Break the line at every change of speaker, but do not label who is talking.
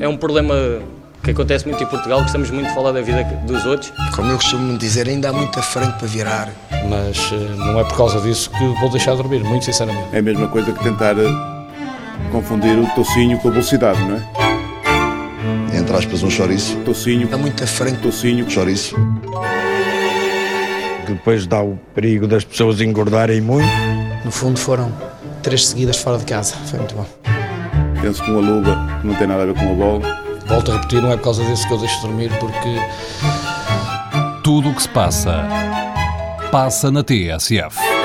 é um problema que acontece muito em Portugal, gostamos muito de falar da vida dos outros.
Como eu costumo dizer, ainda há muita frente para virar.
Mas eh, não é por causa disso que vou deixar de dormir, muito sinceramente.
É a mesma coisa que tentar eh, confundir o tocinho com a velocidade, não é?
entre aspas, um chouriço.
Tocinho,
Há muita frente.
tocinho,
Chouriço.
que depois dá o perigo das pessoas engordarem muito.
No fundo foram três seguidas fora de casa. Foi muito bom.
penso com a luva, que não tem nada a ver com a bola.
Volto a repetir, não é por causa disso que eu deixo de dormir, porque
Tudo o que se passa, passa na TSF.